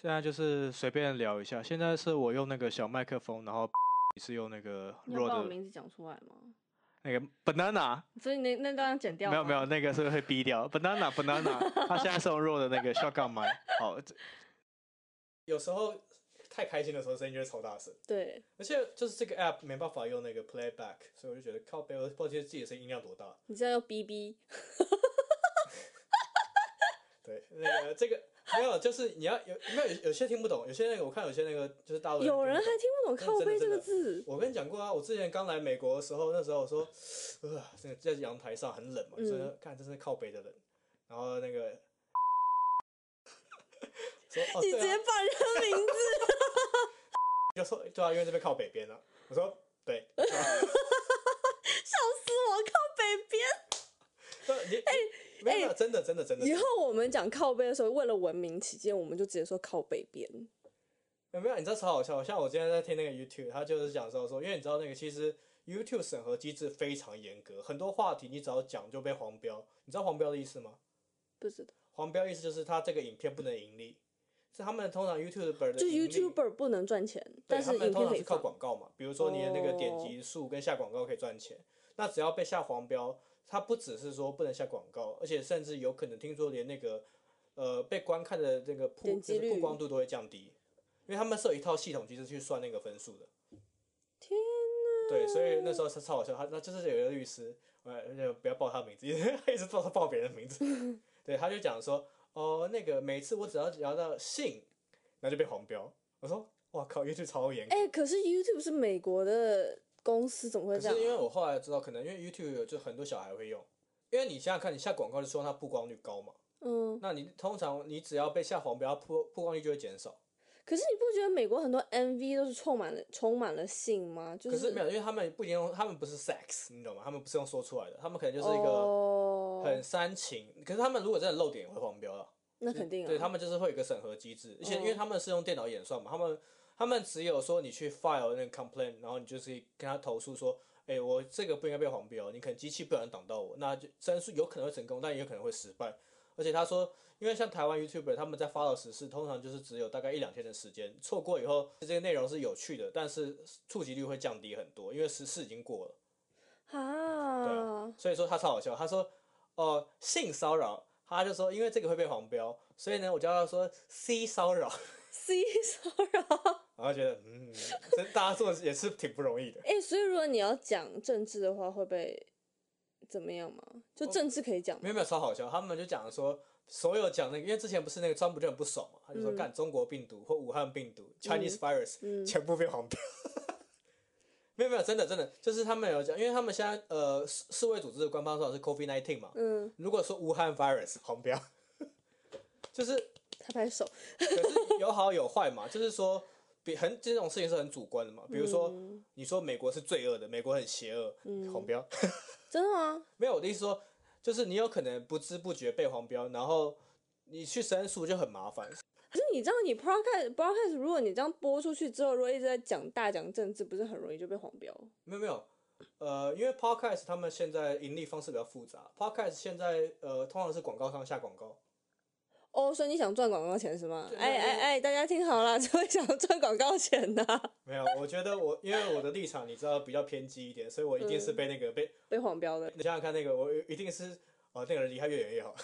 现在就是随便聊一下。现在是我用那个小麦克风，然后你是用那个你要弱把我的名字讲出来吗？那个 banana，所以那那段剪掉没有吗没有，那个是会逼掉 banana banana，他现在是用弱的那个 shotgun 麦。好，这 有时候太开心的时候声音就会超大声，对，而且就是这个 app 没办法用那个 playback，所以我就觉得靠背，我抱歉自己的声音音量多大。你知道要哔哔，对，那个这个没有，就是你要有没有有有些听不懂，有些那个我看有些那个就是大陆有人听不还懂听不懂哦真的真的靠背这真个的字，我跟你讲过啊，我之前刚来美国的时候，那时候我说，呃，那个在阳台上很冷嘛，嗯真的看真是靠北的冷，然后那 个说哦你对直接啊，把人家名字， 就说对啊，因为这边靠北边啊，我说 对， 笑死我，靠北边。对你哎没有没有真的真的真的，以真的后我们讲靠背的时候，为了文明起见，我们就直接说靠北边。有没有？你知道超好笑，像我今天在听那个 YouTube，他就是讲说说，因为你知道那个其实 YouTube 审核机制非常严格，很多话题你只要讲就被黄标，你知道黄标的意思吗？不知道，黄标意思就是他这个影片不能盈利，是他们通常 YouTuber 的就盈利 YouTuber 不能赚钱，对但他是们影通片常可是以靠放。广告嘛，比如说你的那个点哦击数跟下广告可以赚钱。那只要被下黄标，它不只是说不能下广告，而且甚至有可能听说连那个呃被观看的那个曝点就击是曝率光度都会降低，因为他们是有一套系统机制去算那个分数的。天哪！对，所以那时候是超好笑，他那就是有一个律师，呃，那个不要报他名字，因为他一直报他报别人的名字。对，他就讲说，哦，那个每次我只要聊到性，然后就被黄标。我说，哇靠，YouTube 超严格。哎、可是 YouTube 是美国的公司，怎么会可这样是因为啊、我后来知道，可能因为 YouTube 有就很多小孩会用，因为你想想看，你下广告就希望它曝光率高嘛，嗯，那你通常你只要被下黄标，它曝曝光率就会减少。可是你不觉得美国很多 MV 都是充满了充满了性吗？就可是没是有，因为他们不一定用，他们不是 sex，你懂吗？他们不是用说出来的，他们可能就是一个哦，很煽情。可是他们如果真的露点，也会黄标了。那肯定啊，对他们就是会有一个审核机制，而且因为嗯他们是用电脑演算嘛，他们他们只有说你去 file 那个 complaint，然后你就是跟他投诉说，哎、我这个不应该被黄标，你可能机器不小心挡到我，那就申诉有可能会成功，但也有可能会失败。而且他说，因为像台湾 YouTuber 他们在发到实事，通常就是只有大概一两天的时间，错过以后这些内容是有趣的，但是触及率会降低很多，因为时事已经过了。对啊 啊，所以说他超好笑，他说哦、呃性骚扰，他就说因为这个会被黄标，所以呢我叫他说 C 骚扰， ，C 骚扰。然后觉得嗯，这大家做的也是挺不容易的。哎、所以如果你要讲政治的话，会被怎么样吗？就政治可以讲哦没吗？有没有超好笑，他们就讲说所有讲那个，因为之前不是那个川普就很不爽嘛，他就说嗯干、中国病毒或武汉病毒 Chinese virus、嗯全部被黄标。没有没有，真的真的，就是他们有讲，因为他们现在呃世世卫组织的官方说法是 COVID nineteen 嘛，嗯，如果说武汉 virus 黄标， 就是拍拍手。可是有好有坏嘛， 就是说，比很这种事情是很主观的嘛。比如说，嗯你说美国是罪恶的，美国很邪恶，黄标 真的吗？没有我的意思说，就是你有可能不知不觉被黄标，然后你去申诉就很麻烦。可是你知道，你 podcast podcast，如果你这样播出去之后，如果一直在讲大讲政治，不是很容易就被黄标？没有没有，呃，因为 podcast 他们现在盈利方式比较复杂，podcast 现在呃通常是广告商下广告，哦，所以你想赚广告钱是吗对？哎对哎对哎，大家听好了， 这位想赚广告钱的、没有，我觉得我 因为我的立场你知道比较偏激一点，所以我一定是被那个被被黄标的。你想想看那个我一定是哦那个人离他越远越好。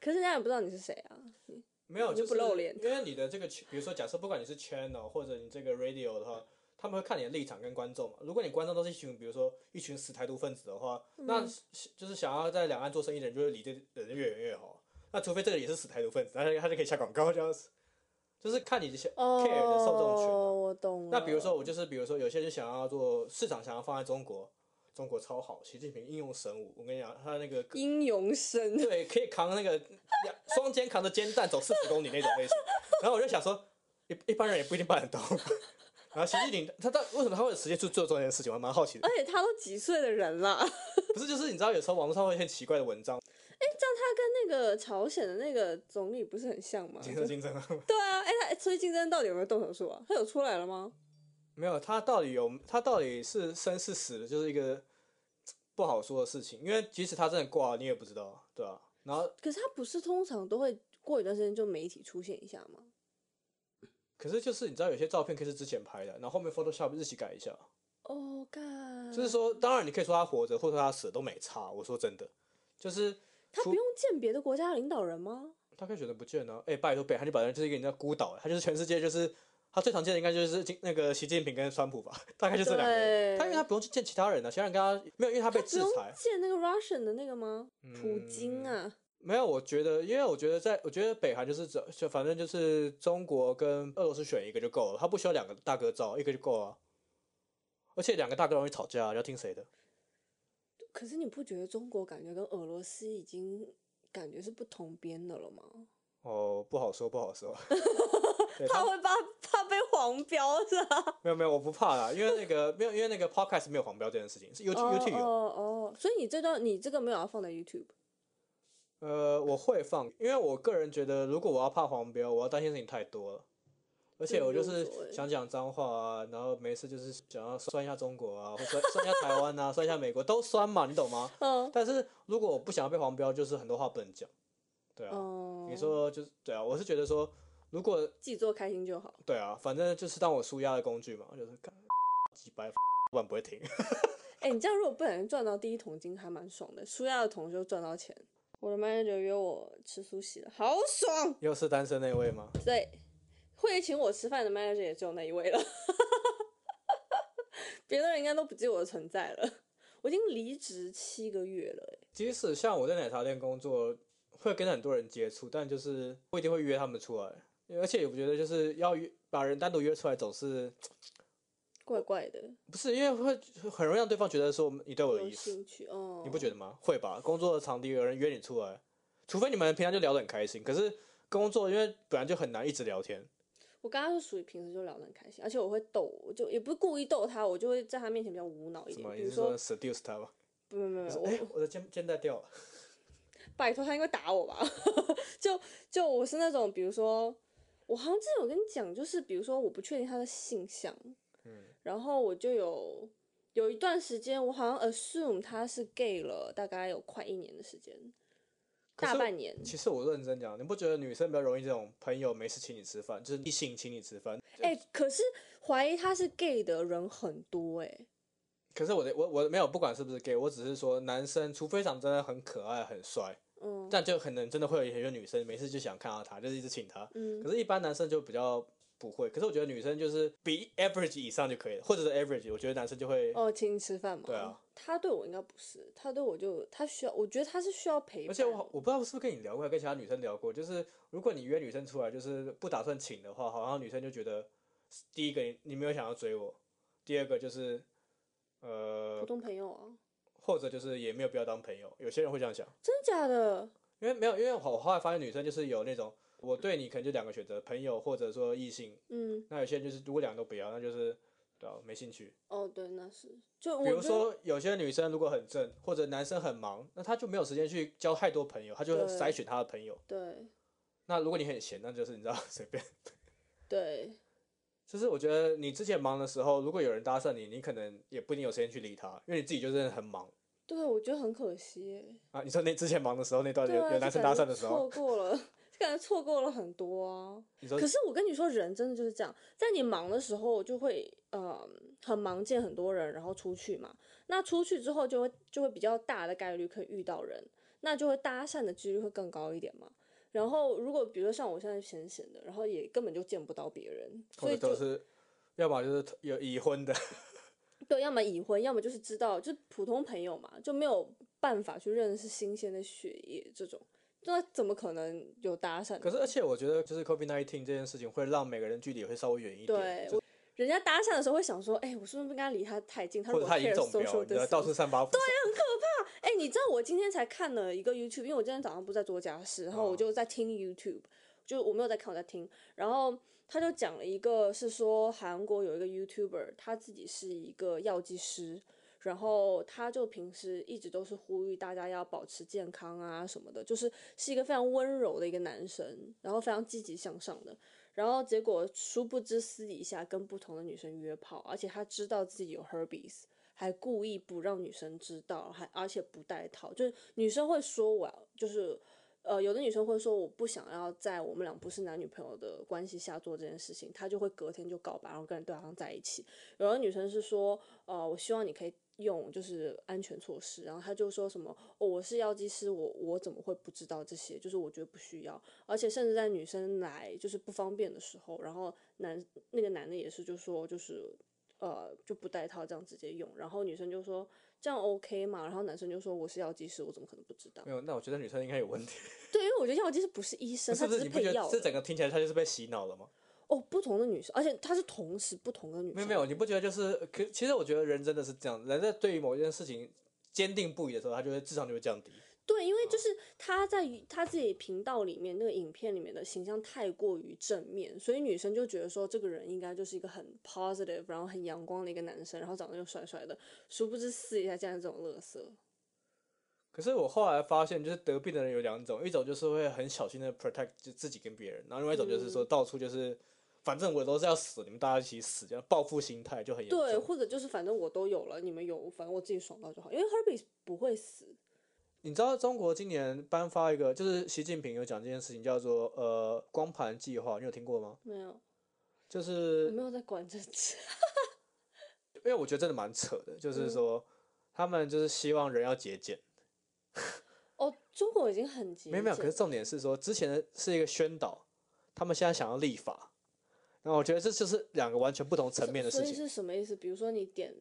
可是人家也不知道你是谁啊。没有，你就不是露脸因为你的这个，比如说，假设不管你是 channel 或者你这个 radio 的话，他们会看你的立场跟观众嘛。如果你观众都是一群，比如说一群死台独分子的话，嗯那是就是想要在两岸做生意的人，就会离这人越远越好。那除非这个也是死台独分子，那他就可以下广告，这样子，就是看你的想 care 的受众群嘛。哦，我懂了。那比如说，我就是比如说，有些人想要做市场，想要放在中国，中国超好，习近平应用神武。我跟你讲，他那个英勇神，对，可以扛那个两双肩扛着煎蛋走四十公里那种类型。然后我就想说，一一般人也不一定办得到。 然后习近平他到为什么他会有时间去做做这件事情，我还蛮好奇的 而。且他都几岁的人了？不是，就是你知道有时候网络上会有一些奇怪的文章，那个朝鲜的那个总理不是很 像吗？竞争竞争啊。对啊，哎、他所以金正到底有没有动手术啊？他有出来了吗？没有，他到底有他到底是生是死，就是一个不好说的事情。因为即使他真的挂了，你也不知道，对吧、然后可是他不是通常都会过一段时间就媒体出现一下吗？可是就是你知道有些照片可以是之前拍的，然后后面 Photoshop 日期改一下，哦，干，就是说，当然你可以说他活着或者说他死都没差。我说真的，就是他除不用见别的国家的领导人吗？他可以选择不见呢、啊。哎、拜托，北韩就本来就是一个人家孤岛，他就是全世界就是他最常见的应该就是金那个习近平跟川普吧，大概就这两个人。他因为他不用去见其他人啊，其他人跟他没有，因为他被不制用裁。嗯见那个 Russian 的那个吗？普京啊，没有，我觉得，因为我觉得在，我觉得北韩就是这，就反正就是中国跟俄罗斯选一个就够了，他不需要两个大哥罩，一个就够啊。而且两个大哥容易吵架，要听谁的？可是你不觉得中国感觉跟俄罗斯已经感觉是不同边的了吗？哦，不好说，不好说。对他他会怕怕被黄标是吧？没有没有，我不怕啦，因为那个没有，因为那个 podcast 没有黄标这件事情，是 YouTube 哦 YouTube 有。哦哦，所以你这段你这个没有要放在 YouTube 呃，我会放，因为我个人觉得，如果我要怕黄标，我要担心的事情太多了。而且对我就无是所谓想讲脏话啊，然后没事就是想要酸一下中国啊，或酸酸一下台湾啊，酸 一下美国，都酸嘛，你懂吗？嗯。但是如果我不想要被黄标，就是很多话不能讲，对啊。哦，你说就是对啊，我是觉得说，如果自己做开心就好。对啊，反正就是当我舒压的工具嘛，就是干几百， 老板不会停。哎、你这样如果不小心赚到第一桶金，还蛮爽的。输压的同学赚到钱，我的 manager 约我吃苏西了，好爽。又是单身那位吗？对，会请我吃饭的 manager 也只有那一位了，别的人应该都不记得我的存在了。我已经离职七个月了、哎，即使像我在奶茶店工作，会跟很多人接触，但就是不一定会约他们出来，而且我觉得就是要约把人单独约出来，总是怪怪的，不是因为会很容易让对方觉得说你对我有有意思，兴趣哦。你不觉得吗？会吧？工作的场地有人约你出来，除非你们平常就聊得很开心，可是工作因为本来就很难一直聊天，我刚刚是属于平时就聊得很开心，而且我会逗，我就也不是故意逗他，我就会在他面前比较无脑一什点么。比你如是说说，seduce 他吗？不不不你不，说我哎、我的肩肩带掉了，拜托他应该打我吧？ 就就我是那种，比如说，我好像之前有跟你讲，就是比如说我不确定他的性向，嗯，然后我就有有一段时间，我好像 assume 他是 gay 了，大概有快一年的时间，可大是半年。其实我认真讲，你不觉得女生比较容易这种朋友没事请你吃饭，就是异性请你吃饭？哎、可是怀疑他是 gay 的人很多哎、可是我的我我的没有不管是不是 gay，我只是说男生，除非长真的很可爱很帅，嗯但就可能真的会有很多女生没事就想看到他，就是一直请他。可嗯，是，一般男生就比较不会。可是我觉得女生就是比 average 以上就可以了，或者是 average，我觉得男生就会，哦，请你吃饭嘛。对啊。他对我应该不是，他对我就他需要，我觉得他是需要陪伴。而且我好我不知道是不是跟你聊过，还跟其他女生聊过，就是如果你约女生出来，就是不打算请的话，好像女生就觉得，第一个你你没有想要追我，第二个就是，普呃，通朋友啊，或者就是也没有必要当朋友，有些人会这样想。真的假的？因为没有，因为我后来发现女生就是有那种，我对你可能就两个选择，朋友或者说异性。嗯，那有些人就是如果两个都不要，那就是对、啊、没兴趣。哦，对，那是就我比如觉得说有些女生如果很正，或者男生很忙，那他就没有时间去交太多朋友，他就会对筛选他的朋友。对那如果你很闲，那就是你知道 随便。对，就是我觉得你之前忙的时候，如果有人搭讪你，你可能也不一定有时间去理他，因为你自己就真的很忙对，我觉得很可惜耶。啊。你说那之前忙的时候，那段有、对啊，有就男生搭感讪觉的时候，错过了， 就感觉错过了很多啊。你说可是我跟你说，人真的就是这样，在你忙的时候就会呃很忙见很多人，然后出去嘛。那出去之后就会就会比较大的概率可以遇到人，那就会搭讪的几率会更高一点嘛。然后如果比如说像我现在闲闲的，然后也根本就见不到别人，或所者以就都是，要么就是有已婚的，对，要么已婚，要么就是知道，就是普通朋友嘛，就没有办法去认识新鲜的血液这种，那怎么可能有搭讪呢？可是，而且我觉得，就是 COVID nineteen 这件事情会让每个人距离会稍微远一点，对就我人家搭讪的时候会想说，哎、我是不是不应该离他太近？他或如者果他已经 care 中标， social 你知道到 distance，处散发辐射。哎、你知道我今天才看了一个 YouTube，因为我今天早上不是在做家事，然后哦我就在听 YouTube，、就我没有在看，我在听。然后他就讲了一个，是说韩国有一个 YouTuber，他自己是一个药剂师，然后他就平时一直都是呼吁大家要保持健康啊什么的，就是是一个非常温柔的一个男生，然后非常积极向上的。然后结果殊不知私底下跟不同的女生约炮，而且他知道自己有 herpes，还故意不让女生知道，还而且不戴套，就是女生会说我要就是呃，有的女生会说我不想要在我们俩不是男女朋友的关系下做这件事情，她就会隔天就告白，然后跟对方在一起。有的女生是说，呃，我希望你可以用就是安全措施，然后她就说什么，哦，我是药剂师，我我怎么会不知道这些？就是我觉得不需要，而且甚至在女生来就是不方便的时候，然后男那个男的也是就说就是呃就不带套这样直接用，然后女生就说这样 OK 嘛，然后男生就说我是药剂师，我怎么可能不知道？没有，那我觉得女生应该有问题，对，因为我觉得药剂师不是医生，是不他是？只你不配觉药得这的整个听起来她就是被洗脑了吗？哦，不同的女生，而且她是同时不同的女没有生，没有，你不觉得就是？可其实我觉得人真的是这样，人在对于某一件事情坚定不移的时候，他就会智商就会降低。对，因为嗯就是她在于她自己频道里面那个影片里面的形象太过于正面，所以女生就觉得说这个人应该就是一个很 positive，然后很阳光的一个男生，然后长得又帅帅的，殊不知私底下竟然这种乐色。可是我后来发现，就是得病的人有两种，一种就是会很小心的 protect 就自己跟别人，然后另外一种就是嗯说到处就是，反正我都是要死，你们大家一起死，这样报复心态就很严重。对，或者就是反正我都有了，你们有，反正我自己爽到就好，因为 Herbie 不会死。你知道中国今年颁发一个，就是习近平有讲这件事情，叫做呃光盘计划，你有听过吗？没有，就我是没有在管这些。因为我觉得真的蛮扯的，就是嗯说、他们就是希望人要节俭，哦，中国已经很节没有没有，可俭是了重点是说之前的是一个宣导，他们现在想要立法，然后我觉得这就是两个完全不同层面的所事以情。是什么意思？比如说你点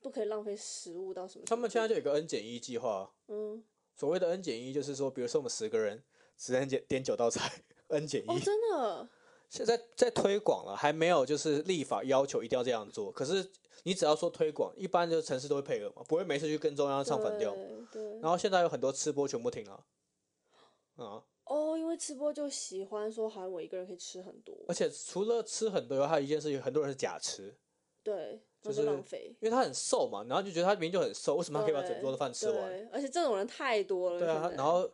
不可以浪费食物到什么程度？他们现在就有一个 N 减一计划， 嗯，所谓的 N 减一就是说，比如说我们十个人只能点点九道菜 ，N 减哦，一。真的，现在在推广了，还没有就是立法要求一定要这样做。可是你只要说推广，一般的城市都会配合嘛，不会没事去跟中央唱反调。对对。然后现在有很多吃播全部停了，啊，哦，因为吃播就喜欢说，好像我一个人可以吃很多，而且除了吃很多以外，还有一件事情，很多人是假吃，对，就那是就浪费。因为他很瘦嘛，然后就觉得他明明就很瘦，为什么他可以把整对桌的饭吃完？对，而且这种人太多了。对啊现，在然后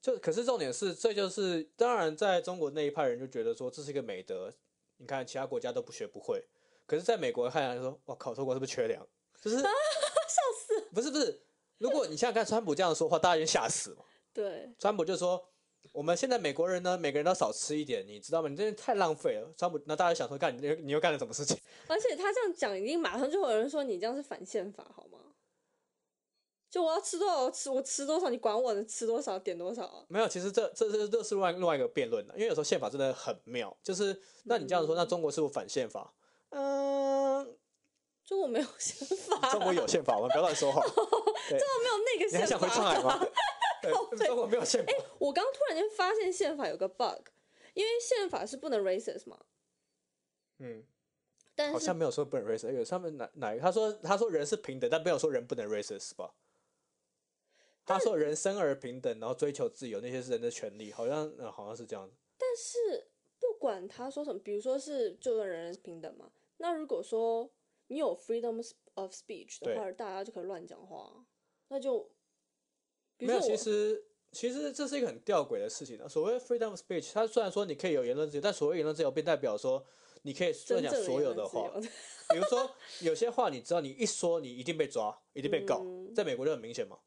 就可是重点是，这就是当然在中国那一派人就觉得说这是一个美德，你看其他国家都不学不会，可是在美国看来说，哇靠，中国是不是缺粮？就是笑死，不是不是，如果你想想看川普这样说话，大家就吓死嘛。对，川普就说。我们现在美国人呢，每个人都少吃一点，你知道吗？你真的太浪费了。川普，那大家想说，干你又你又干了什么事情？而且他这样讲，一定马上就会有人说你这样是反宪法，好吗？就我要吃多少我吃，我吃多少，你管我能吃多少，点多少啊？没有，其实这这这这是另外另外一个辩论了，因为有时候宪法真的很妙。就是那你这样说，那嗯中国是不是反宪法？嗯，就我没有宪法，中国有宪法，我们不要乱说 话。没有那个你还宪想法。回上海吗？ 对，中国没有宪法。我刚突然间发现宪法有个 bug，因为宪法是不能 racist 嘛， 嗯，但好是像没有说不能 racist，有他们哪哪一个？他说他说人是平等，但没有说人不能 racist 吧？他说人生而平等，然后追求自由，那些是人的权利，好像、呃、好像是这样子。但是不管他说什么，比如说是就人人平等嘛，那如果说你有 freedom of speech 的话，大家就可以乱讲话，啊那就比没如有，说我其实其实这是一个很吊诡的事情啊。所谓 freedom of speech，它虽然说你可以有言论自由，但所谓言论自由并代表说你可以真乱讲正的所有言论自话由。的比如说有些话，你知道你一说你一定被抓，一定被告，嗯在美国就很明显嘛。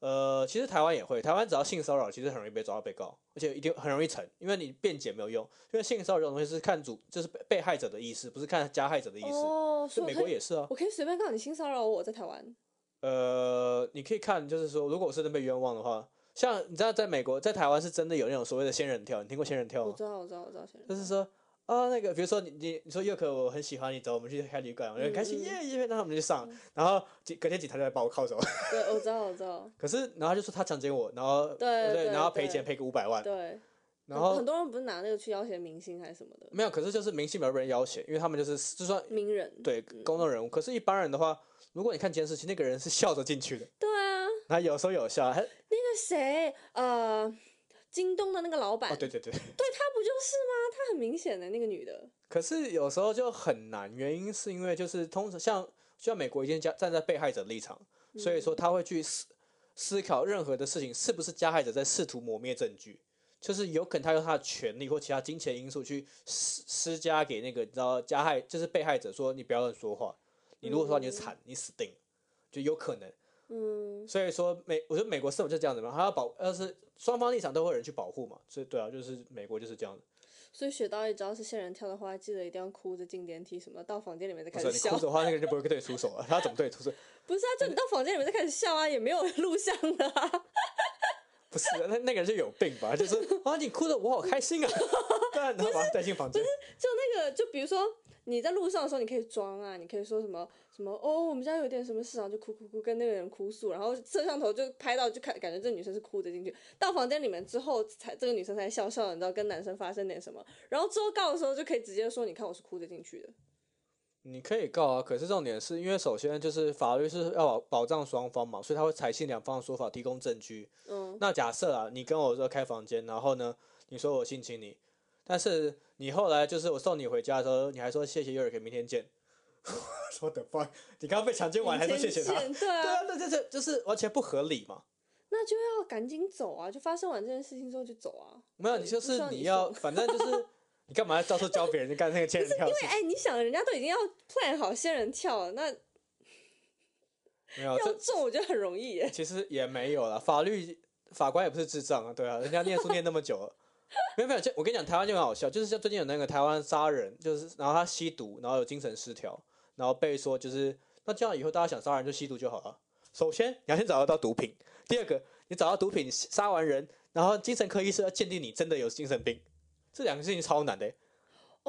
呃，其实台湾也会，台湾只要性骚扰，其实很容易被抓到被告，而且一定很容易成，因为你辩解没有用，因为性骚扰这种东西是看主，就是被被害者的意思，不是看加害者的意思。哦，这所以美我可国以也是啊。我可以随便告你性骚扰我在台湾，呃，你可以看，就是说，如果我真的被冤枉的话，像你知道，在美国，在台湾是真的有那种所谓的仙人跳，你听过仙人跳我吗？知道我知道我知就道，先哦是生说啊，那个比如说你你你说佑可，我很喜欢你，走，我们去开旅馆，我就很开心嗯嗯嗯耶耶，那我们就上，然后几隔天警察就来把我铐走，对，我知道我知 道，可是然后他就说他强奸我，然后对对然后赔对钱赔个五百万，对，然很后很多人不是拿那个去要挟明星还是什么的，没有，可是就是明星没有被人要挟，因为他们就是就算名人，对公众人物，可是一般人的话，如果你看监视器，那个人是笑着进去的，对啊。他有说有笑，还哦那谁，呃，京东的那个老板，哦对对对。她不就是吗？她很明显的那个女的，可是有时候就很难，原因是因为就是通常像像美国一定加站在被害者的立场，所以说嗯他会去思思考任何的事情是不是加害者在试图磨灭证据，就是有可能他用他的权利或其他金钱因素去施施加给那个你知道加害就是被害者说你不要乱说话，你如果说话你就惨，你死定了，就有可能。嗯，所以说美，我觉得美国司法就这样子嘛，他要保，要是双方立场都会有人去保护嘛，所以对啊，就是美国就是这样子。所以学到一招是仙人跳的话，记得一定要哭着进电梯，什么到房间里面再开所始啊以你哭笑。的话，那个人就不会对你出手了，他怎么对你出手？不是啊，就你到房间里面再开始笑啊，也没有 录像了、啊。不是，那那个人就有病吧？就是啊，你哭的我好开心啊，对啊，然后把他带进房间。就那个，就比如说你在路上的时候，你可以装啊，你可以说什么什么哦，我们家有点什么事，啊然后就哭哭哭，跟那个人哭诉，然后摄像头就拍到，就看感觉这女生是哭着进去。到房间里面之后才，这个女生才笑笑，你知道跟男生发生点什么，然后之后告的时候就可以直接说，你看我是哭着进去的。你可以告啊，可是重点是因为首先就是法律是要保保障双方嘛，所以他会采信两方的说法提供证据。 嗯，那假设啊，你跟我说开房间，然后呢，你说我性侵你，但是你后来就是我送你回家的时候，你还说谢谢尤尔克，明天见。 我的 fuck，你刚刚被强奸完还说谢谢他？天线对对啊，啊，那就是就是完全不合理嘛。那就要赶紧走啊！就发生完这件事情之后就走啊。没有，你对就不是像你你要，说反正就是你干嘛到处教别人干那个仙人跳的事情？哎，你想，人家都已经要 plan 好仙人跳了，那要没有，啊这中我觉得很容易耶。其实也没有啦，法律法官也不是智障啊，对啊，人家念书念那么久了， 没有没有，这我跟你讲，台湾就很好笑，就是像最近有那个台湾杀人，就是然后他吸毒，然后有精神失调，然后被说就是那这样以后大家想杀人就吸毒就好了。首先你要先找得到毒品，第二个你找到毒品杀完人，然后精神科医生要鉴定你真的有精神病，这两个事情超难的欸、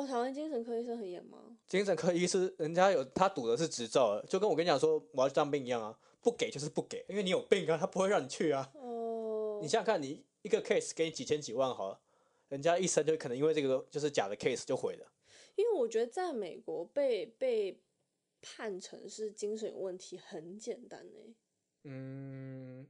哦，台湾精神科医生很严吗？精神科医师，人家有他赌的是执照了，就跟我跟你讲说我要去当兵一样啊，不给就是不给，因为你有病啊，他不会让你去啊。哦，你想想看，你一个 case 给你几千几万好了，人家一生就可能因为这个就是假的 case 就毁了。因为我觉得在美国被被判成是精神有问题很简单欸诶。嗯，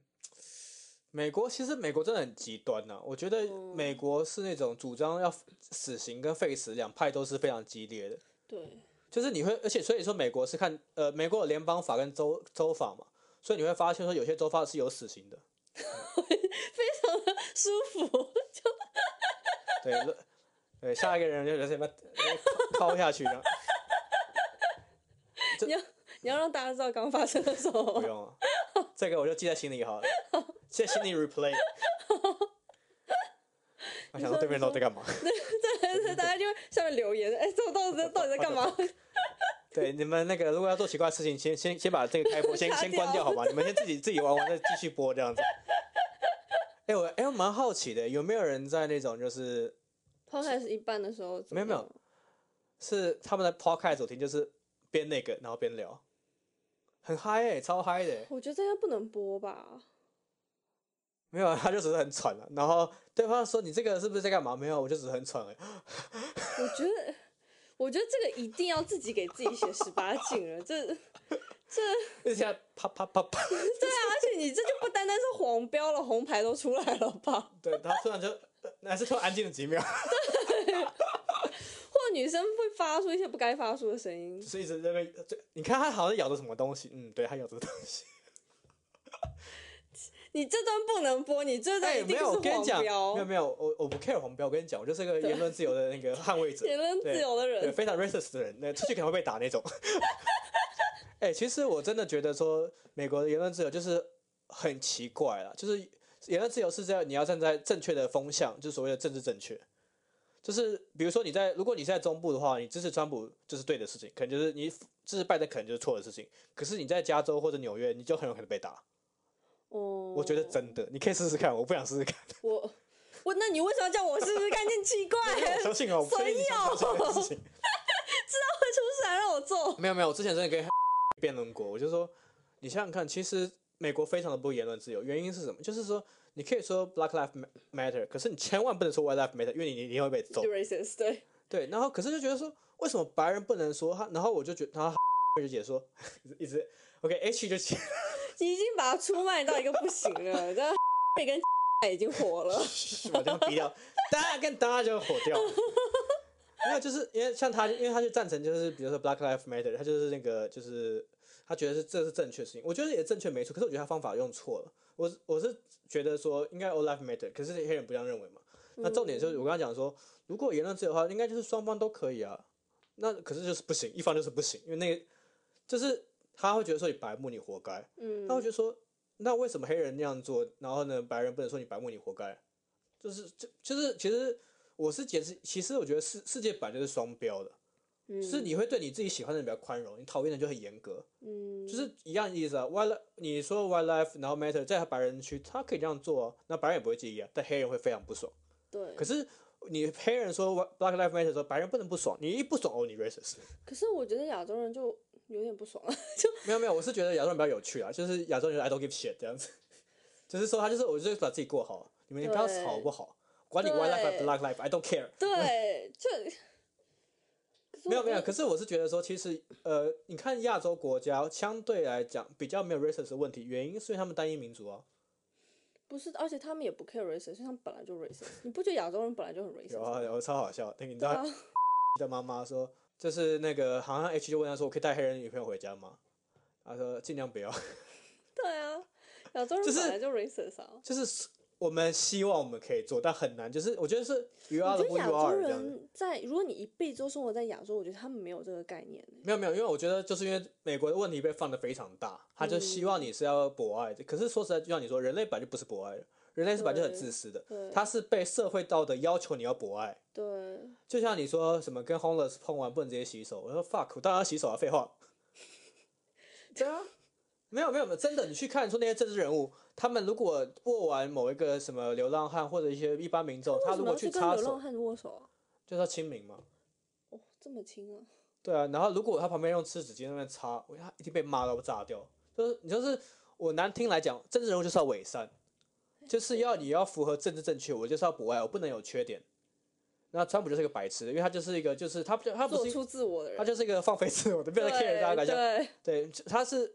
美国其实美国真的很极端呐、我觉得嗯美国是那种主张要死刑跟废死两派都是非常激烈的。对， 就是你会，而且所以说美国是看呃，美国有联邦法跟州州法嘛，所以你会发现说有些州法是有死刑的。舒服。对，那对，下一个人就直接把敲下去，然后这你要你要让大家知道刚发生了什不么。用了，这个我就记在心里好了，记在心里 replay。我想说对面到底在干嘛？对对，大家就会下面留言，哎，这到底在到底在干嘛？对，你们那个如果要做奇怪的事情，先先先把这个开播 先擦先关掉掉好吗？你们先自己自己玩完再继续播这样子。哎、我哎、我蛮好奇的，有没有人在那种就是抛开是一半的时候怎没么有样，没有是他们在 podcast 主题就是边那个然后边聊，很嗨哎、超嗨的、欸。我觉得这应该不能播吧？没有，啊，他就只是很喘了、然后对方说：“你这个是不是在干嘛？”没有，我就只是很喘而已。我觉得，我觉得这个一定要自己给自己写十八禁了。这而且他啪啪啪 啪，对啊，而且你这就不单单是黄标了，红牌都出来了吧？对他突然就，呃还是突然安静了几秒，或者女生会发出一些不该发出的声音就。是一直在那边。就你看他好像咬着什么东西，嗯，对他咬着东西。你这段不能播，你这段一哎没定是有，我黄跟你讲，没有标。没有，我我不 care 黄标，我跟你讲，我就是个言论自由的那个捍卫者。言论自由的对，人，非常 racist 的人，那出去可能会被打那种。 哎、其实我真的觉得说，美国的言论自由就是很奇怪啦，就是言论自由是在你要站在正确的风向，就是所谓的政治正确。就是比如说你在，如果你是在中部的话，你支持川普就是对的事情，可能就是你支持拜登可能就是错的事情。可是你在加州或者纽约，你就很有可能被打。哦，我觉得真的，你可以试试看，我不想试试看， 我我，那你为什么要叫我试试看？见奇怪， 我相信哦，我损相信你相信这件事情。出事还让我做。没有没有，我之前真的跟 辩论过，我就说，你想想看，其实美国非常的不言论自由，原因是什么？就是说，你可以说 Black Lives Matter，可是你千万不能说 White Lives Matter，因为你你你会被揍就。racist，对，对，然后可是就觉得说，为什么白人不能说他？然后 我就觉得他就解说，一直 OK H 就解，你已经把它出卖到一个不行了，这跟 已经 火了。把这样逼掉，哒跟哒就火掉。没有，就是因为像他，因为他就赞成，就是比如说 Black Lives Matter，他就是那个，就是他觉得是这是正确的事情，我觉得也正确没错，可是我觉得他方法用错了。我是我是觉得说应该 all life matter，可是黑人不这样认为嘛。那重点就是我刚刚讲说，如果言论自由的话，应该就是双方都可以啊。那可是就是不行，一方就是不行，因为那个就是他会觉得说你白目，你活该。嗯他会觉得说，那为什么黑人那样做，然后呢，白人不能说你白目，你活该？就是这，就是其实我是解释，其实我觉得世世界版就是双标的，嗯就是你会对你自己喜欢的人比较宽容，你讨厌的就很严格，嗯就是一样的意思啊。White li- 你说 white life，然后 matter 在白人区，他可以这样做啊，那白人也不会介意啊，但黑人会非常不爽。对，可是你黑人说 white- black life matter 的时候，白人不能不爽，你一不爽哦，你 racist。可是我觉得亚洲人就有点不爽了。没有没有，我是觉得亚洲人比较有趣啊，就是亚洲人就是 I don't give shit 这样子， 就是说他就是我就是把自己过好，你们也不要对吵好不好，管你 white life 对 black life I don't care。对，就没有没有，可是是我是觉得说，其实呃，你看亚洲国家相对来讲比较没有 racist 的问题，原因是因为他们单一民族啊，我觉得不是，而且他们也不 care racist，因为他们本来就 racist。你不觉得亚洲人本来就很 racist？有啊吗有超好笑，那个你知对道啊，的妈妈说，就是那个好像 H 就问他说，我可以带黑人女朋友回家吗？他说尽量不要， 对啊，亚洲人就是本来就 racist 啊。就是我们希望我们可以做，但很难，就是我觉得是 you are 我 the who 觉得亚 you 洲 are 这样子。人在，如果你一辈子都生活在亚洲，我觉得他们没有这个概念欸。没有没有，因为我觉得就是因为美国的问题被放得非常大，他就希望你是要博爱的。可是说实在，就像你说，人类本来就不是博爱的，人类是本来就很对自私的，对他是被社会道德要求你要博爱。对，就像你说什么跟 homeless 碰完不能直接洗手，我说 fuck，我当然要洗手啊，废话。对啊，没有没有没有，真的，你去看说那些政治人物，他们如果握完某一个什么流浪汉或者一些一般民众，他为什如果么要去去跟插流浪手，汉握手啊？就是要亲民嘛。哦，这么轻啊！对啊，然后如果他旁边用湿纸巾在那边擦，我他一定被骂到炸掉。就是你就是我难听来讲，政治人物就是要伪善，就是要你要符合政治正确，我就是要博爱，我不能有缺点。那川普就是一个白痴，因为他就是一个就是他不他不做是一出自我的人，他就是一个放飞自我的，不要再 care 大家感对觉。对，对，他是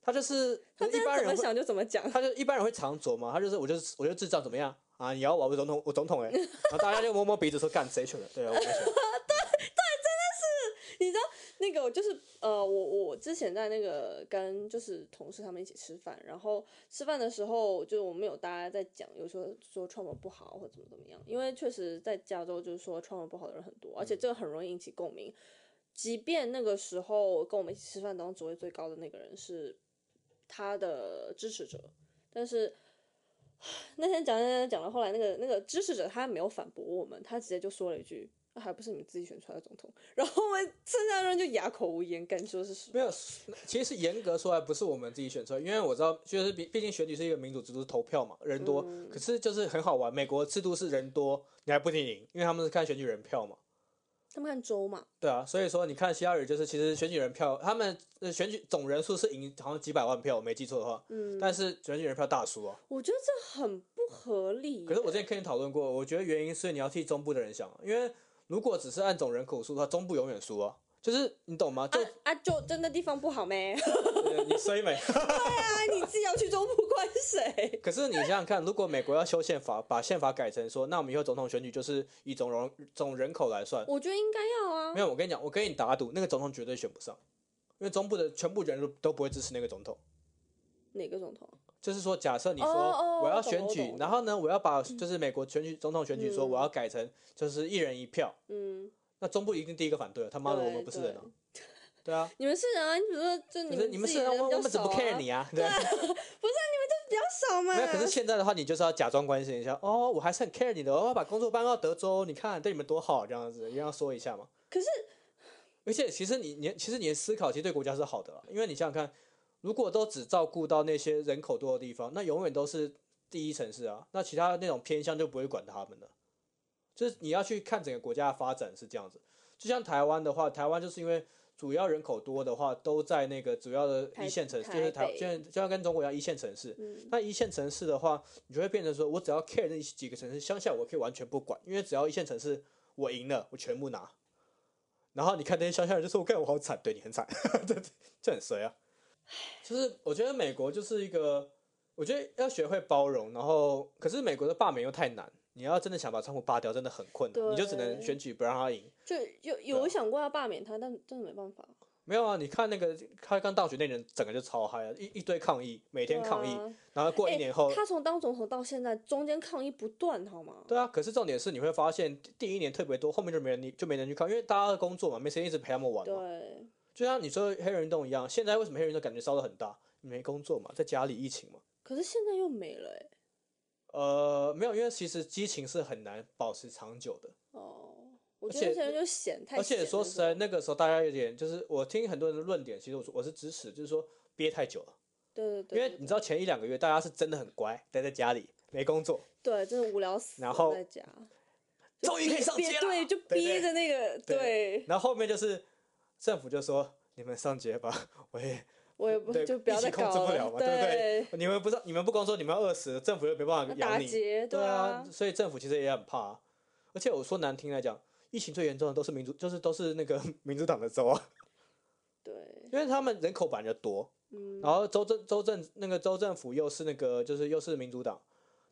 他就是他一真的般人怎么会想就怎么讲。他就一般人会常琢磨，他就是我就是我就智障怎么样啊？你咬我，我总统我总 统哎、然后大家就摸摸鼻子说干谁选的？对啊，我没选。 那个我就是呃，我我之前在那个跟就是同事他们一起吃饭，然后吃饭的时候就我们有大家在讲，有时候说 Trump 不好或者怎么怎么样，因为确实在加州就是说 Trump 不好的人很多，而且这个很容易引起共鸣。即便那个时候跟我们一起吃饭当中职位最高的那个人是他的支持者，但是那天讲讲讲讲了，后来那个那个支持者他没有反驳我们，他直接就说了一句。那还不是你们自己选出来的总统，然后我们剩下的人就哑口无言，敢说是什没有，其实严格说来不是我们自己选出来，因为我知道，就是毕毕竟选举是一个民主制度，是投票嘛，人多。可是就是很好玩，美国制度是人多你还不一定赢，因为他们是看选举人票嘛。他们看州嘛，对啊，所以说你看希拉里就是其实选举人票，他们呃选举总人数是赢好像几百万票，我没记错的话，嗯，但是选举人票大输啊。我觉得这很不合理耶。可是我之前跟你讨论过，我觉得原因是你要替中部的人想，因为如果只是按总人口数的话，中部永远输啊。就是你懂吗？就、啊啊，就真的地方不 好咩？呃你衰美。啊，你自己要去中部怪谁？可是你想想看，如果美国要修宪法，把宪法改成说，那我们以后总统选举就是以总容总人口来算，我觉得应该要啊没。有，我跟你讲，我跟你打赌，那个总统绝对选不上，因为中部的全部人都都不会支持那个总统。哪个总统？就是说，假设你说哦哦我要我懂选我举懂，然后呢，我要把就是美国选举总统选举说嗯我要改成就是一人一票，嗯，那中部一定第一个反对了，他妈的我们不是人啊，对啊，你们是人啊，你比如说，就可你是们你们自是己啊人我比较我们怎么少不啊 care 你啊？对啊，比较少嘛。没有，可是现在的话，你就是要假装关心一下哦，我还是很 care 你的，我要把工作搬到德州，你看对你们多好，这样子一定要说一下嘛。可是而且其实你你其实你的思考其实对国家是好的啦，因为你想想看，如果都只照顾到那些人口多的地方，那永远都是第一城市啊，那其他那种偏乡就不会管他们了。就是你要去看整个国家的发展是这样子，就像台湾的话，台湾就是因为主要人口多的话，都在那个主要的台一线城市，台就是台，北就像就像跟中国一样一线城市，嗯那一线城市的话，你就会变成说，我只要 care 那几个城市，乡下我可以完全不管，因为只要一线城市我赢了，我全部拿。然后你看那些乡下人就说：“我干，我好惨，对你很惨， 这这很衰啊。”就是我觉得美国就是一个，我觉得要学会包容，然后可是美国的罢免又太难，你要真的想把川普罢掉，真的很困难，你就只能对选举不让他赢。就有有啊想过要罢免他，但真的没办法。没有啊，你看那个他刚当选那人，整个就超嗨啊，一一堆抗议，每天抗议，对啊然后过一哎年后，他从当总统到现在，中间抗议不断，好吗？对啊，可是重点是你会啊发现第第一年特别多，后面就没人理就没人去看，因为大家的工作嘛，没时间一直陪他们玩嘛。对，就像你说黑人运动一样，现在为什么黑人运动感觉烧得很大？你没工作嘛，在家里疫情嘛。可是现在又没了哎、呃，没有，因为其实激情是很难保持长久的。哦，我而觉得且那些人就闲，太而闲且了说是实在，吧，那个时候大家有点就是，我听很多人的论点，其实我说我是支持，就是说憋太久了，对对因对，为你知道前一两个月大家是真的很乖，待在家里没工作，对，真的无聊死了，然后在家就终于可以逼上逼街了，对，就逼对着那个，对对然后后面就是政府就说你们上街吧，我也我也不对就不要疫再情控搞制不了嘛，对不对？你们不是你们不工作，你们要饿死，政府又没办法那养打你。劫，对啊，所以政府其实也很怕、啊。而且我说难听来讲，疫情最严重的都是民主，就是都是那个 民主党的州啊，对，因为他们人口本来就多，嗯，然后州政州政那个州政府又是那个就是又是民主党，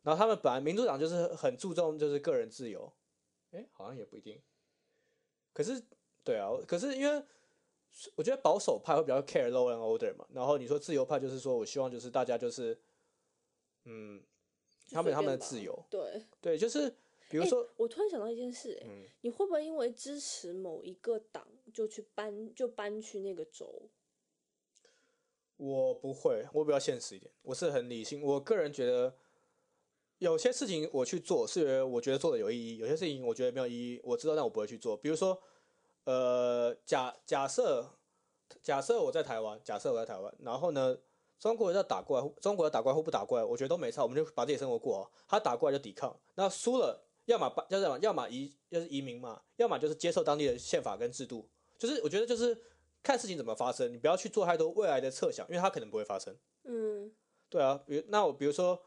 然后他们本来民主党就是很注重就是个人自由，哎，好像也不一定。可是对啊，可是因为我觉得保守派会比较 care law and order 嘛，然后你说自由派就是说我希望就是大家就是，嗯，就他们随他们的便吧自由，对。对，就是比如诶说。我突然想到一件事、诶嗯你会不会因为支持某一个党就去搬就搬去那个州？我不会，我比较现实一点，我是很理性。我个人觉得，有些事情我去做是因为我觉得做的有意义，有些事情我觉得没有意义，我知道但我不会去做。比如说，呃，假假设假设我在台湾，假设我在台湾，然后呢，中国要打过来，中国要打过来或不打过来，我觉得都没差，我们就把自己生活过好。他打过来就抵抗，那输了，要么搬，要么要么移，就是移民嘛，要么就是接受当地的宪法跟制度。就是我觉得就是看事情怎么发生，你不要去做太多未来的设想，因为它可能不会发生。嗯对啊，比如那我比如说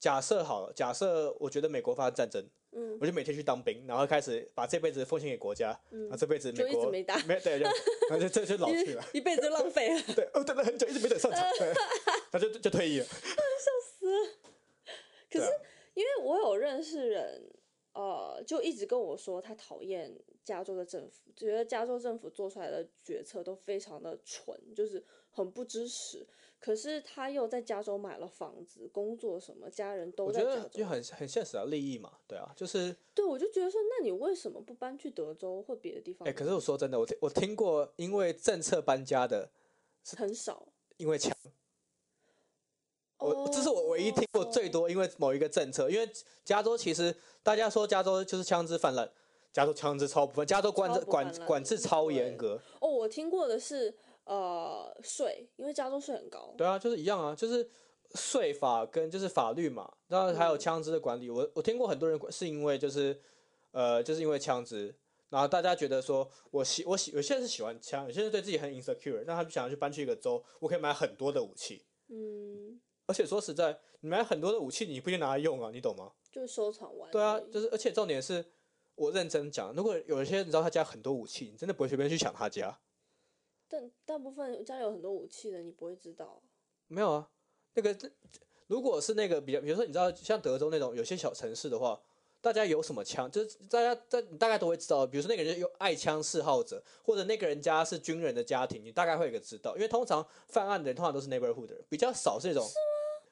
假设好了，假设我觉得美国发生战争，嗯，我就每天去当兵，然后开始把这辈子奉献给国家，然后这辈子就美一直国没打对， 就然后就这就老去了，一辈子就浪费了。对，哦等了很久一直没等上场，对，他就就退役了。可对是啊因为我有认识人，呃，就一直跟我说他讨厌加州的政府，觉得加州政府做出来的决策都非常的蠢，就是很不支持。可是他又在加州买了房子、工作什么，家人都我在觉加得就州。很很现实啊，利益嘛，对啊，就是对，我就觉得说，那你为什么不搬去德州或别的地方哎、呢？可是我说真的，我听我听过因为政策搬家的，很少。因为抢。我这是我唯一听过最哦多，因为某一个政策，因为加州其实大家说加州就是枪支泛滥，加州枪支超不泛，加州管超制不泛管滥管制超严对格，哦，我听过的是呃税，因为加州税很高。对啊，就是一样啊，就是税法跟就是法律嘛，然后还有嗯枪支的管理，我我听过很多人是因为就是呃就是因为枪支。然后大家觉得说，我喜我喜有些人是喜欢枪，有些人对自己很 insecure，那他就想要去搬去一个州，我可以买很多的武器，嗯，而且说实在，你买很多的武器，你不一定拿来用啊，你懂吗？就是收藏完而已。对啊，就是而且重点是我认真讲，如果有一些人你知道他家很多武器，你真的不会随便去抢他家。但大部分家里有很多武器的，你不会知道。没有啊，那个如果是那个比较，比如说你知道像德州那种有些小城市的话，大家有什么枪，就是大家大你大概都会知道，比如说那个人有爱枪嗜好者，或者那个人家是军人的家庭，你大概会有一个知道，因为通常犯案的人通常都是 neighborhood 的人，比较少是那种。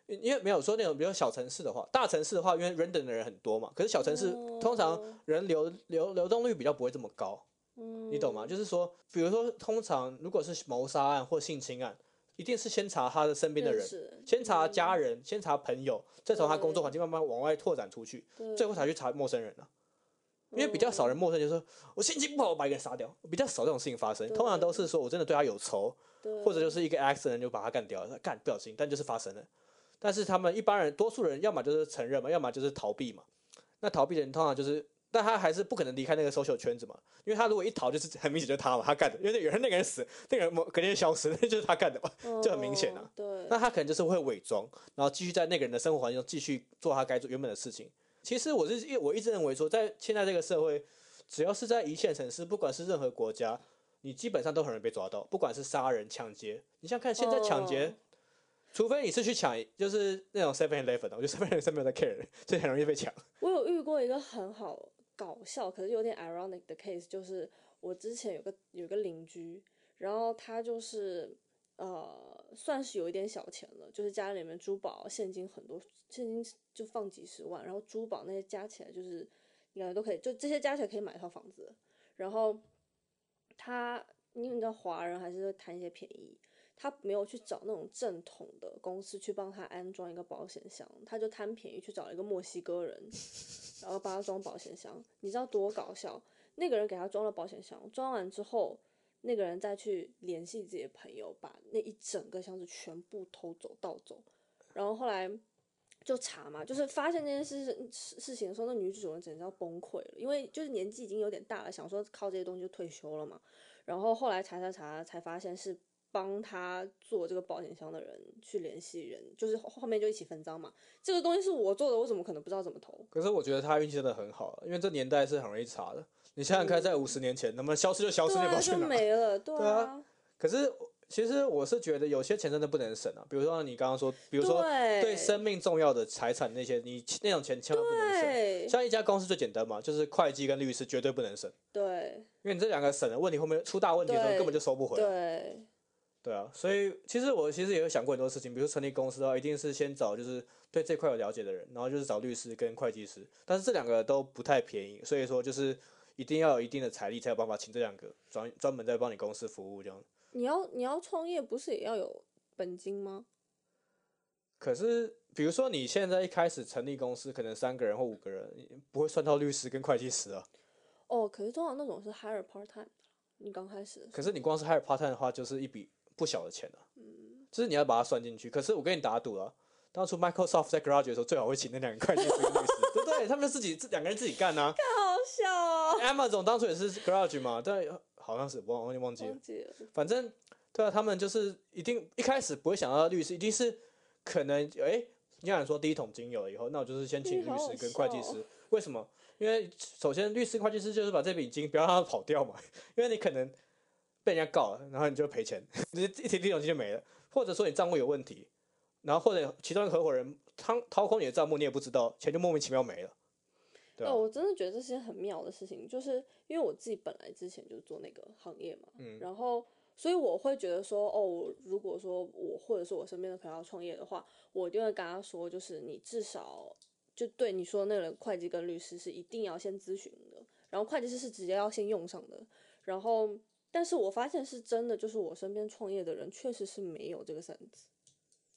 因因为没有说那种，比如小城市的话，大城市的话，因为 random 的人很多嘛，可是小城市通常哦人流流流动率比较不会这么高，嗯，你懂吗？？就是说，比如说，通常如果是谋杀案或性侵案，一定是先查他的嗯身边的人，人先查家人，先查朋友，再从他工对作环境慢慢往外拓展出去，最后才去查陌生人啊。因为比较少人陌生人就说，我心情不好，我把一个人杀掉，比较少这种事情发生。通常都是说我真的对他有仇，或者就是是一个 accident 就把他干掉了，干不小心，但就是发生了。但是他们一般人，多数人要么就是承认嘛，要么就是逃避嘛。那逃避的人通常就是，但他还是不可能离开那个 social 圈子嘛，因为他如果一逃，就是很明显就是他嘛，他干的，因为有人那个人死，那个人某隔天就消失，那就是他干的嘛。就很明显啊。哦对，那他可能就是会伪装，然后继续在那个人的生活环境中继续做他该做原本的事情。其实我是我一直认为说，在现在这个社会，只要是在一线城市，不管是任何国家，你基本上都很容易被抓到，不管是杀人、抢劫。你想想看，现在抢劫，哦除非你是去抢，就是那种 Seven Eleven 啊的，我觉得 Seven Eleven 上面有在 care，所以很容易被抢。我有遇过一个很好搞笑，可是有点 ironic 的 case，就是我之前有个有个邻居，然后他就是呃，算是有一点小钱了，就是家里面珠宝、现金很多，现金就放几十万，然后珠宝那些加起来就是你感觉都可以，就这些加起来可以买一套房子。然后他因为你知道华人还是会贪一些便宜，他没有去找那种正统的公司去帮他安装一个保险箱，他就贪便宜去找了一个墨西哥人，然后帮他装保险箱。你知道多搞笑？那个人给他装了保险箱，装完之后，那个人再去联系自己的朋友，把那一整个箱子全部偷走盗走，然后后来。就查嘛，就是发现这件事事事情的时候，那女主人简直要崩溃了，因为就是年纪已经有点大了，想说靠这些东西就退休了嘛。然后后来查查查，才发现是帮他做这个保险箱的人去联系人，就是后后面就一起分赃嘛。这个东西是我做的，我怎么可能不知道怎么投？可是我觉得他运气真的很好，啊因为这年代是很容易查的。你想想看，在五十年前，那么消失就消失，嗯对你也不知道啊，去就哪。没了，对对啊啊，可是其实我是觉得有些钱真的不能省啊，比如说你刚刚说，比如说对对生命重要的财产那些，你那种钱千万不能省。对像一家公司最简单嘛，就是会计跟律师绝对不能省，对因为你这两个省了，问题后面出大问题的时候对根本就收不回来。对对啊，所以其实我其实也有想过很多事情，比如说成立公司的话，一定是先找就是对这块有了解的人，然后就是找律师跟会计师，但是这两个都不太便宜，所以说就是一定要有一定的财力才有办法请这两个专专门在帮你公司服务这样。你要你要创业不是也要有本金吗？可是，比如说你现在一开始成立公司，可能三个人或五个人，你不会算到律师跟会计师啊。哦，可是通常那种是 hire part time 的，你刚开始的时候可是你光是 hire part time 的话，就是一笔不小的钱啊。就是你要把它算进去。可是我跟你打赌啊，当初 Microsoft 在 Garage 的时候，最好会请那两个会计师跟律师，对不对？他们自己自两个人自己干呐、好笑哦， Amazon 当初也是 Garage 嘛，但好像是忘忘记忘记了忘。记了，反正对啊，他们就是一定一开始不会想到律师，一定是可能诶，你想说第一桶金有了以后，那我就是先请你好律好师跟会计笑师，为什么？因为首先律师会计师就是把这笔金不要让它跑掉嘛， 因为你可能被人家告了，然后你就赔钱， 你一提第一桶金就没了，或者说你账目有问题，然后或者其中一个合伙人掏掏空你的账目，你也不知道，钱就莫名其妙没了，对啊哦，我真的觉得这是件很妙的事情，就是因为我自己本来之前就是做那个行业嘛，嗯然后所以我会觉得说，哦，我如果说我或者是我身边的朋友要创业的话，我一定会跟他说，就是你至少就对你说那个会计跟律师是一定要先咨询的，然后会计师是直接要先用上的，然后但是我发现是真的，就是我身边创业的人确实是没有这个 sense，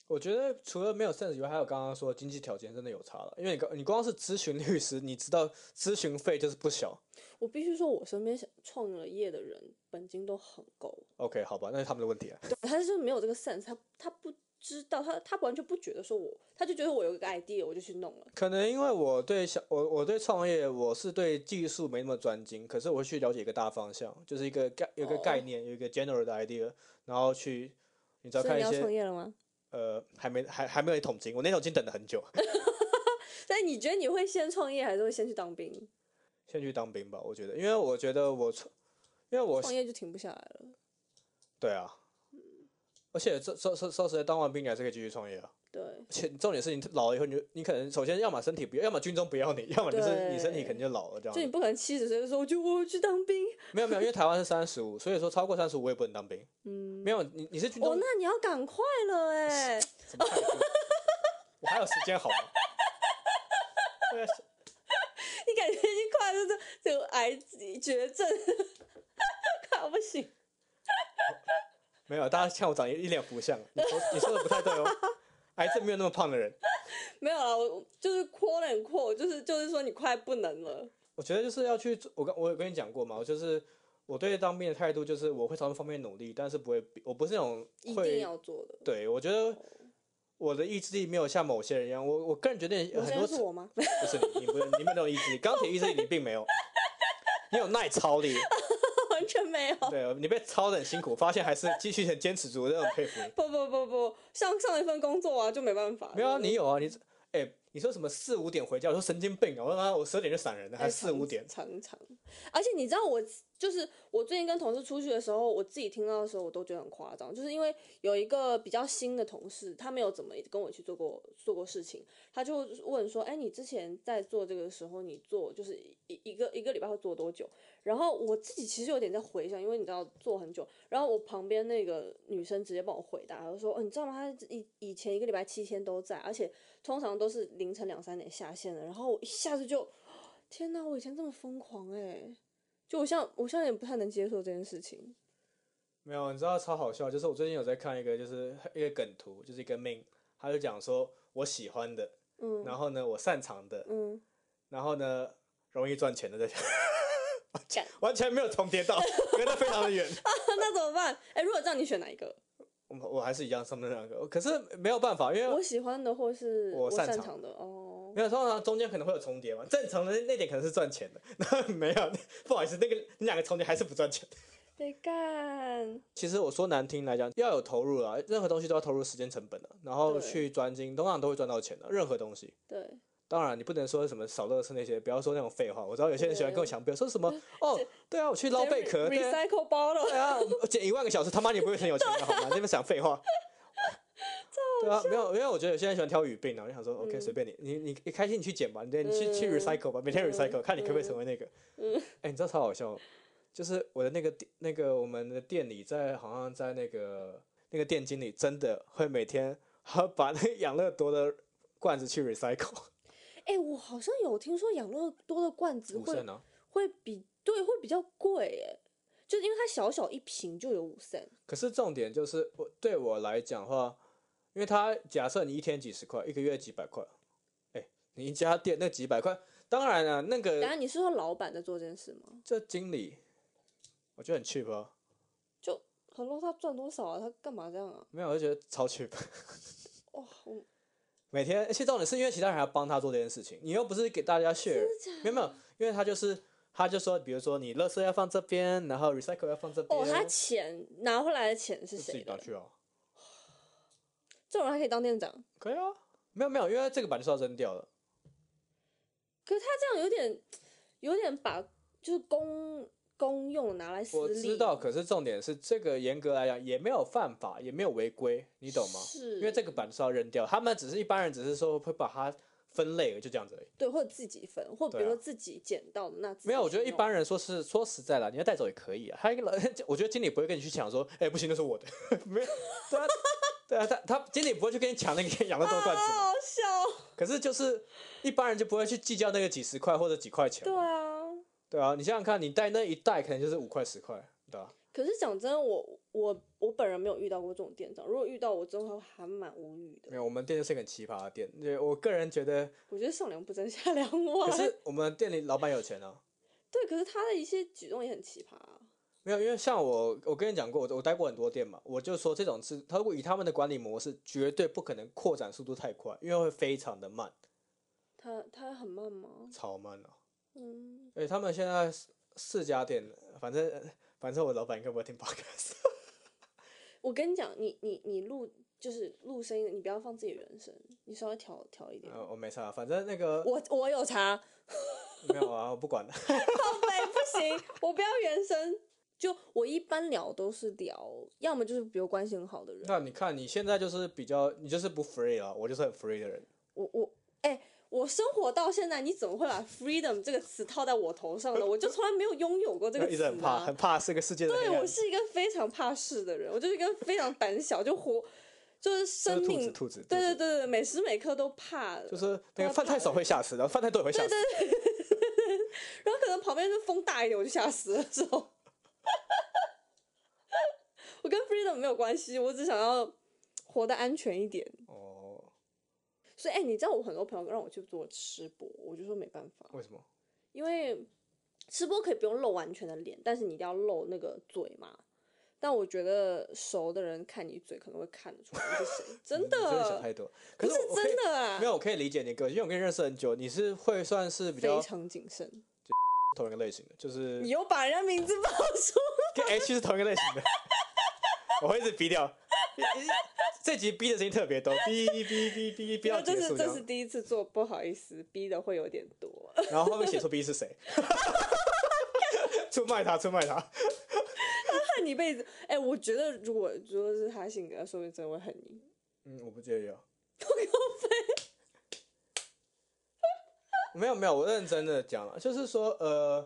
我觉得除了没有 sense 以外，还有刚刚说经济条件真的有差了，因为你刚你光是咨询律师，你知道咨询费就是不小。我必须说我身边想创了业的人本金都很够。 OK，好吧，那是他们的问题啊。对，他就是没有这个 sense，他他不知道，他他完全不觉得说我，他就觉得我有一个 idea，我就去弄了。可能因为我对小我我对创业我是对技术没那么专精，可是我会去了解一个大方向，就是一个概有一个哦概念，有一个 general 的 idea，然后去你知道所以看你一要创些业了吗？呃还没还还没有一桶金，我那桶金等了很久， 但你觉得你会先创业，还是会先去当兵？先去当兵吧，我觉得，因为我觉得我创，因为我创业就停不下来了。对啊，而且这说说说实在，当完兵你还是可以继续创业啊。对，且重点是你老了以后，你就你可能首先要么身体不要，要么军中不要你，要么就是你身体对肯定就老了这就你样。不可能七十岁的时候就我去当兵。没有没有，因为台湾是三十五，所以说超过三十五我也不能当兵。嗯，没有，你 你是军哦，中那你要赶快了 哎、什么态度？我还有时间好吗？对啊你感觉已经快乐的这个癌绝症， 快不行。没有，大家看我长得一脸不像，你说你说的不太对哦。癌症没有那么胖的人，没有啦，我就是 quote and quote，就是就是说你快不能了。我觉得就是要去做，我跟我有跟你讲过嘛，我就是我对当兵的态度就是我会朝这方面努力，但是不会比，我不是那种一定会要做的，对，我觉得我的意志力没有像某些人一样，我我个人觉得我很现多在层是我吗？ 不是你，你不是你没有那种意志力，钢铁意志力你并没有，你有耐操力，完全没有。对你被操的很辛苦，发现还是继续很坚持住，我真的很佩服你。不不不不，上上一份工作啊，就没办法。没有啊，你有啊，你哎、你说什么四五点回家，我说神经病啊，我他妈我十二点就闪人了，哎还四五点，常常。而且你知道我，就是我最近跟同事出去的时候，我自己听到的时候，我都觉得很夸张，就是因为有一个比较新的同事，他没有怎么跟我一起做过做过事情，他就问说：“哎，你之前在做这个时候，你做就是一一个一个礼拜会做多久？”然后我自己其实有点在回想，因为你知道做很久，然后我旁边那个女生直接帮我回答，她就说：“哦，你知道吗？她以以前一个礼拜七天都在，而且通常都是凌晨两三点下线的。”然后我一下子就，欸天哪！我以前这么疯狂哎、就我像我现在也不太能接受这件事情。没有，你知道超好笑，就是我最近有在看一个，就是一个梗图，就是一个 meme，他就讲说我喜欢的，嗯然后呢我擅长的，嗯， 然后呢容易赚钱的这些，干，完全没有重叠到，隔得非常的远。那怎么办？哎、如果这样，你选哪一个？我我还是一样上面那个，可是没有办法，因为我喜欢的或是我擅擅长长的哦。没有通常中间可能会有重叠嘛，正常的那点可能是赚钱的， 那没有，不好意思，那个你两个重叠还是不赚钱。得干，其实我说难听来讲，要有投入啊，任何东西都要投入时间成本的、啊然后对去专精，通常都会赚到钱的、任何东西。对，当然，你不能说什么扫垃圾那些，不要说那种废话。我知道有些人喜欢跟我对强辩，说什么哦，对啊，我去捞贝壳，对啊， ，recycle 包了，对啊，我捡一万个小时，他妈你不会很有钱的好吗？那边讲废 话。对啊，没有，因为我觉得有些人喜欢挑语病啊，我就想说，OK，嗯随便你，你你你开心你去捡吧，你对你去去嗯 recycle 吧，每天嗯 recycle，看你可不可以成嗯为那个。嗯哎，你知道超好笑，就是我的那个店，那个我们的店里在好像在那个那个店经理真的会每天还把那个养乐多的罐子去 recycle， 哎、我好像有听说养乐多的罐子 五会升啊。会比对会比较贵哎，就是因为它小小一瓶就有五 c 可是重点就是我对我来讲的话，因为他假设你一天几十块，一个月几百块，哎、你一家店那几百块，当然了、那等下个你是说老板在做这件事吗？这经理，我觉得很 cheap 啊，可乐他赚多少啊？他干嘛这样啊？没有，我就觉得超 cheap。 哇、我每天，而且重点是因为其他人还要帮他做这件事情，你又不是给大家 share，没有没有，因为他就是他就说，比如说你垃圾要放这边，然后 recycle 要放这边，哦，他钱拿回来的钱是啊就自谁己拿的？去啊，这种人还可以当店长，可以啊，没有没有，因为这个板就是要扔掉的，可是他这样有点有点把就是公公用拿来私我利，知道，可是重点是这个严格来讲也没有犯法，也没有违规，你懂吗？是，因为这个板是要扔掉，他们只是一般人只是说会把它分类而已，就这样子而已。对，或者自己分，或比对如说啊自己捡到的那自己没有，我觉得去一弄般人说是说实在啦，你要带走也可以啊。他一个老， 我觉得经理不会跟你去抢说，哎、不行，那是我的， 没有，对啊，对啊，他他经理不会去跟你抢那个养乐多罐子啊，嘛。好笑哦，可是就是一般人就不会去计较那个几十块或者几块钱对嘛，啊。对啊，你想想看，你带那一袋可能就是五块十块，对吧、可是讲真的，我我我本人没有遇到过这种店长，如果遇到，我真的还蛮无语的。没有，我们店就是一个很奇葩的店，对我个人觉得。我觉得上梁不正下梁可歪。是我们店里老板有钱啊，对，可是他的一些举动也很奇葩、啊。没有，因为像我，我跟你讲过，我我待过很多店嘛，我就说这种是，他如果以他们的管理模式，绝对不可能扩展速度太快，因为会非常的慢，他他很慢吗？超慢啊。嗯，而且他们现在四四家店，反正反正我老板应该不会听 podcast， 我跟你讲，你你你录就是录声音，你不要放自己的人声，你稍微调调一点。呃，我没差，反正那个我我有查， 没有啊，我不管了。 对，不行，我不要原声。就我一般聊都是聊，要么就是比如关系很好的人，那你看你现在就是比较，你就是不 free 了，我就是很 free 的人。我我哎、我生活到现在，你怎么会把 freedom 这个词套在我头上呢？我就从来没有拥有过这个一词、直啊，很怕，很怕这个世界的黑对暗我。是一个非常怕事的人，我就是一个非常胆小，就活就是生就是兔命，子，兔子，对兔对子，对对，每时每刻都怕，就是那个饭太少会吓死，然后饭太多也会吓死。然后可能旁边就风大一点，我就吓死了这种。我跟 freedom 没有关系，我只想要活得安全一点。哦，所以，哎、你知道我很多朋友让我去做吃播，我就说没办法，为什么？因为吃播可以不用露完全的脸，但是你一定要露那个嘴嘛。但我觉得熟的人看你嘴可能会看得出来是谁，真你真的想的，太多。可不是是我可以真的啊没，有，我可以理解你个，因为我跟你认识很久，你是会算是比较非常谨慎。同一个类型的，就是你又把人家名字报出，跟 H 是同一个类 型的。我会一直逼掉，这集逼的声音特别多，逼逼逼逼 逼到这结是束这这样是，第一次做，不好意思，逼的会有点多。然后后面写出逼是谁， 出卖他，出卖他。 恨你一辈子，哎、我觉得如果如果是他性格，说不定真的会恨你。嗯，我不介 意啊。没有没有，我认真的讲了，就是说，呃，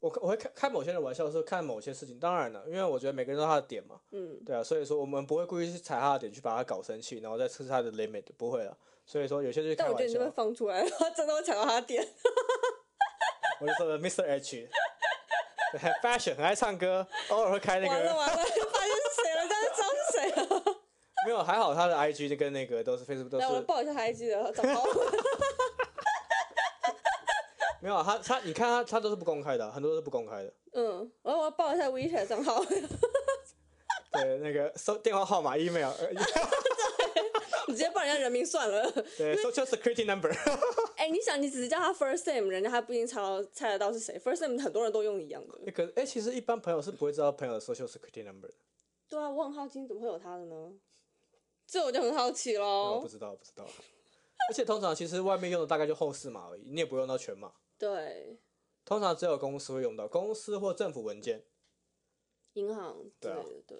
我我会开开某些人玩笑，是看某些事情，当然了，因为我觉得每个人都有他的点嘛，嗯，对啊，所以说我们不会故意去踩他的点去把他搞生气，然后再测试他的 limit，不会了。所以说有些就是但开我玩觉得你笑这，边放出来，然后真的会踩到他的点。 我就说 Mr. H，很 fashion，很爱唱歌，偶尔会开那完了个，完了，发现是谁了，但是知道是谁了。没有，还好他的 IG 就跟那个都是 Facebook 都来，我是报一下他 IG 的，找好我。没有啊他他你看他他都是不公开的，啊很多都是不公开的。 嗯，我我要报一下 WeChat 账 号， 对，那个收电话号码、email，呃 你直接报人家人名算了。对，social security number， 哎、你想，你只是叫他 first name，人家还不一定猜到猜得到是谁。first name 很多人都用一样的。那个哎，其实一般朋友是不会知道朋友的 social security number 的，对啊，我很好奇你怎么会有他的呢？这我就很好奇那我喽不。知道，我不知道。而且通常其实外面用的大概就后四码而已，你也不用到全码。对，通常只有公司会用到，公司或政府文件。银行之对类啊的，对，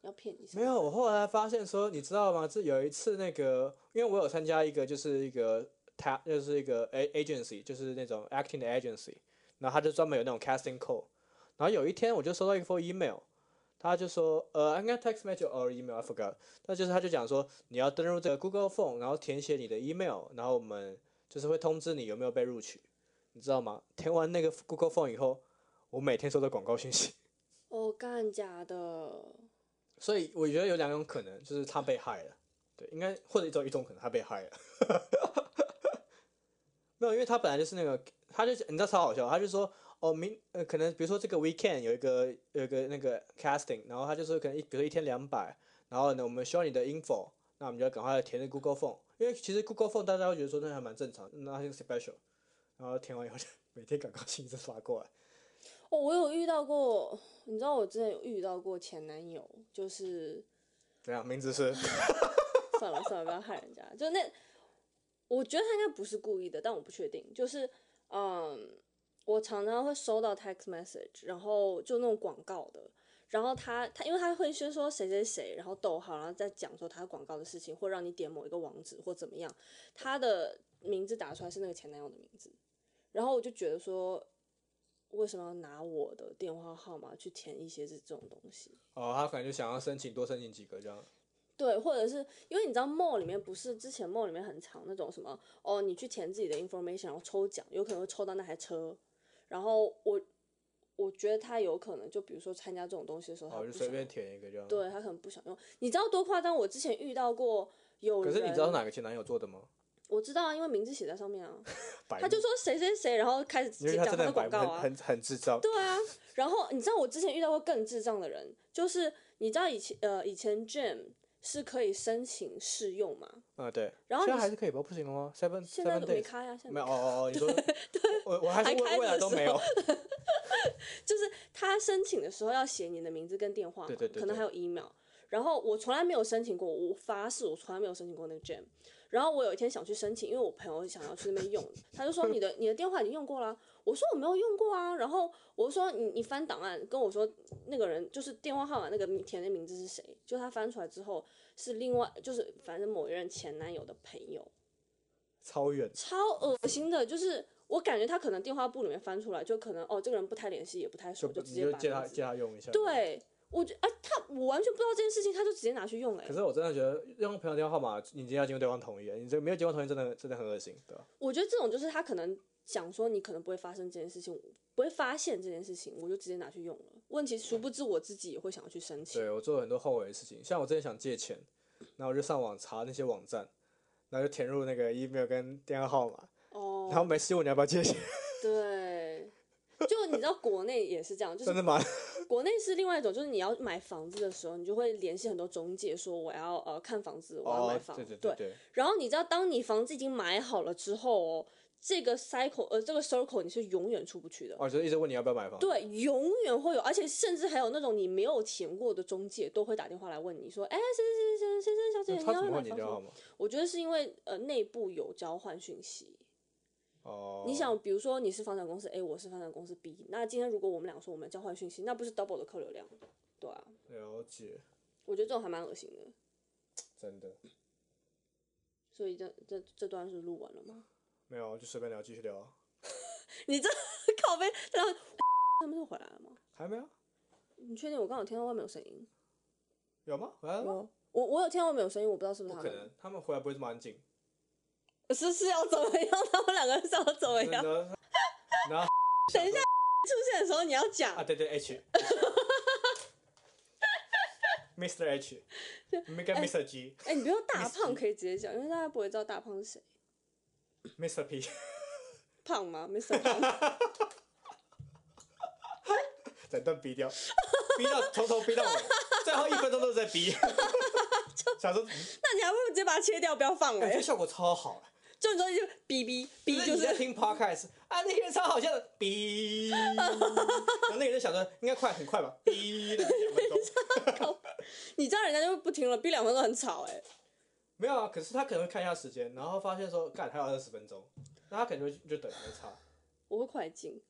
要骗一下。没有，我后来发现说，你知道吗？这有一次那个，因为我有参加一个，就是一个他就是一个 a agency，就是那种 acting 的 agency，然后他就专门有那种 casting call。然后有一天我就收到一封 email，他就说，呃，应该 text message or email，I forgot。那就是他就讲说，你要登入这个 Google Form，然后填写你的 email，然后我们就是会通知你有没有被录取，你知道吗？填完那个 Google Form 以后，我每天收到广告讯息。哦，干假的。哦所以我觉得有两种可能，就是他被害了，对，应该或者只有一种可能他被害了， 没有，因为他本来就是那个，他就你知道超好笑，他就说哦明呃可能比如说这个 weekend 有一个有一个那个 casting，然后他就说可能一比如说一天两百，然后呢我们需要你的 info，那我们就要赶快填那 Google Form，因为其实 Google Form 大家会觉得说那还蛮正常，那是 special，然后填完以后就每天广告信一直发过来，哦，我有遇到过，你知道我之前有遇到过前男友，就是怎啊样名字是 算了算了，不要害人家。就那，我觉得他应该不是故意的，但我不确定。就是，嗯，我常常会收到 text message，然后就那种广告的，然后他他因为他会先说谁谁谁，然后逗号，然后再讲说他广告的事情，或让你点某一个网址或怎么样，他的名字打出来是那个前男友的名字，然后我就觉得说。为什么要拿我的电话号码去填一些这这种东西？哦他可能就想要申请多申请几个这样，对，或者是因为你知道 mall 里面不是之前 mall 里面很常那种什么哦，你去填自己的 information，然后抽奖，有可能会抽到那台车。然后我我觉得他有可能就比如说参加这种东西的时候，他哦不就想随便填一个这样，对他可能不想用。你知道多夸张？我之前遇到过有可人，是你知道是哪个前男友做的吗？我知道啊，因为名字写在 上面啊。白他就目说谁谁谁，然后开始因为讲真的的很白广目，告很啊，很很智障。对啊，然后你知道我之前遇到过更智障的人，就是你知道以前呃以前 Jam 是可以申请试用嘛，嗯，对。然后现在你还是可以吧？不行了吗？Seven 现在 Seven 没 Days 开啊呀、现在没有哦哦哦，你说 我我还还是开未未来着的都时没有候。就是他申请的时候要写你的名字跟电话嘛，对对对可能还有 email。然后我从来没有申请过，我发誓我从来没有申请过那个 Jam。然后我有一天想去申请，因为我朋友想要去那边用， 他就说你的你的电话已经用过啦。我说我没有用过啊。然后我说你你翻档案跟我说那个人就是电话号码那个名填的名字是谁？就他翻出来之后是另外就是反正某一任前男友的朋友，超远，超恶心的，就是我感觉他可能电话簿里面翻出来，就可能哦，这个人不太联系，也不太熟，就就不直你接就把借他名字借他用一下。。对，我觉啊，他我完全不知道这件事情，他就直接拿去用哎、可是我真的觉得用朋友电话号码，你一定要经过对方同意，你这个没有经过同意，真的真的很恶心，对吧？我觉得这种就是他可能想说你可能不会发生这件事情，不会发现这件事情，我就直接拿去用了。问题殊不知我自己也会想要去申请，对我做了很多后悔的事情，像我之前想借钱，然后我就上网查那些网站，然后就填入那个 email 跟电话号码，然后哦，没事问你要不要借钱， 对。就你知道，国内也是这样，就真是的吗？国内是另外一种，就是你要买房子的时候，你就会联系很多中介，说我要呃看房子，我要买哦，房，对对对对，然后你知道，当你房子已经买好了之后哦，这个 cycle 呃这个 circle 你是永远出不去的。哦，就是一直问你要不要买房。对，永远会有，而且甚至还有那种你没有填过的中介都会打电话来问你说，哎，先生先生先生小姐，那你他要怎不么要问买你房电话子号吗？码？我觉得是因为呃内部有交换讯息。哦，你想，比如说你是房产公司 A，我是房产公司 B，那今天如果我们俩说我们交换讯息，那不是 double 的客流量？对啊，了解，我觉得这种还蛮恶心的。真的所以这这这段是录完了吗？ 没有，就随便聊，继续聊啊。你这 靠背，然后 他们就回来了吗？还没啊？你确定我刚好听到外面有声音？有吗？回来了吗？有，我我有听到外面有声音，我不知道是不是不他可们能，，他们回来不会这么安静。 是是要怎么样？他们两个是要怎 么真样？的，然后啊 等一下，出现的时候你要讲啊，对对，H。Mr. H，没跟 Mr. G，Mr. 哎、你不用大胖可以直接讲，因为大家不会知道大胖是谁。 P， 胖吗？Mr. 胖，整段逼掉，逼到从头逼到尾，最后一分钟都是在 逼。想说，嗯那你还不如直接把它切掉，不要放了、哎感觉效果超好，就你说就哔哔哔，就你在是听 podcast 啊，那个人超好笑的， 逼，然后那个人想说应该快很快吧，逼了两分钟，你这样人家就不听了，哔两分钟很吵哎、没有啊，可是他可能会看一下时间，然后发现说干还有二十分钟，那他可能就就等没差。我会快进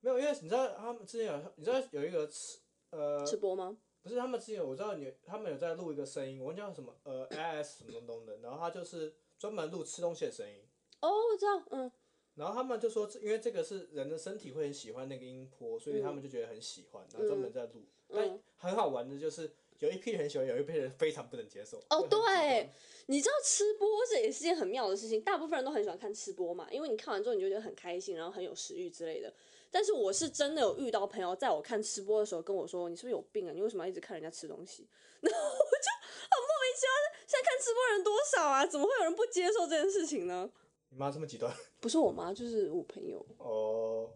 没有，因为你知道他们之前有，你知道有一个吃呃，吃播吗？不是他们之前有我知道你他们有在录一个声音，我忘记叫什么呃 IS 什么东东的，然后他就是专门录吃东西的声音，哦，我知道，嗯，然后他们就说这因为这个是人的身体会很喜欢那个音波，嗯所以他们就觉得很喜欢，然后专门在录。但很好玩的就是有一批人很喜欢，有一批人非常不能接受。会哦很极端对你知道吃播这也是件很妙的事情，大部分人都很喜欢看吃播嘛，因为你看完之后你就觉得很开心，然后很有食欲之类的。但是我是真的有遇到朋友在我看吃播的时候跟我说：“你是不是有病啊？你为什么要一直看人家吃东西？” 然后我就很莫名其妙，现在看吃播人多少啊？怎么会有人不接受这件事情呢？你妈这么极端不是我妈，就是我朋友，哦。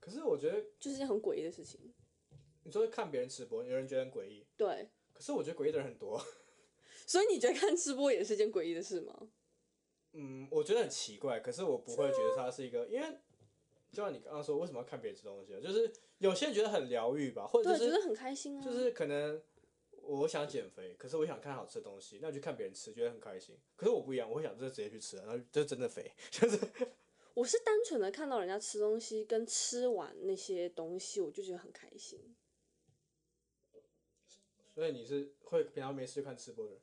可是我觉得就是一件很诡异的事情。你说看别人吃播，有人觉得很诡异，对，可是我觉得诡异的人很多。 所以你觉得看吃播也是件诡异的事吗？嗯，我觉得很奇怪，可是我不会觉得它是一个，因为就像你刚刚说，为什么要看别人吃东西啊？就是有些人觉得很疗愈吧，或者就对，觉是得很开心啊。就是可能我想减肥，可是我想看好吃的东西，那我就看别人吃，觉得很开心。可是我不一样，我会想就是直接去吃啊，然后就真的肥，就是我是单纯的看到人家吃东西跟吃完那些东西，我就觉得很开心。所以你是会平常没事就看吃播的人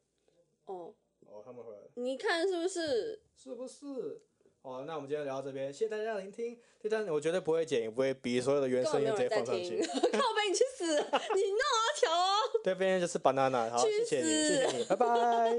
哦，哦，他们回来了，你看是不是？是不是？好，那我们今天聊到这边，谢谢大家的聆听。这段我绝对不会剪，也不会逼，所有的原根本声没音有直接人在放上听，去。 靠背你去死！你弄啊条哦，对，边就是 banana，好， 去谢谢你，死 谢谢你，拜拜。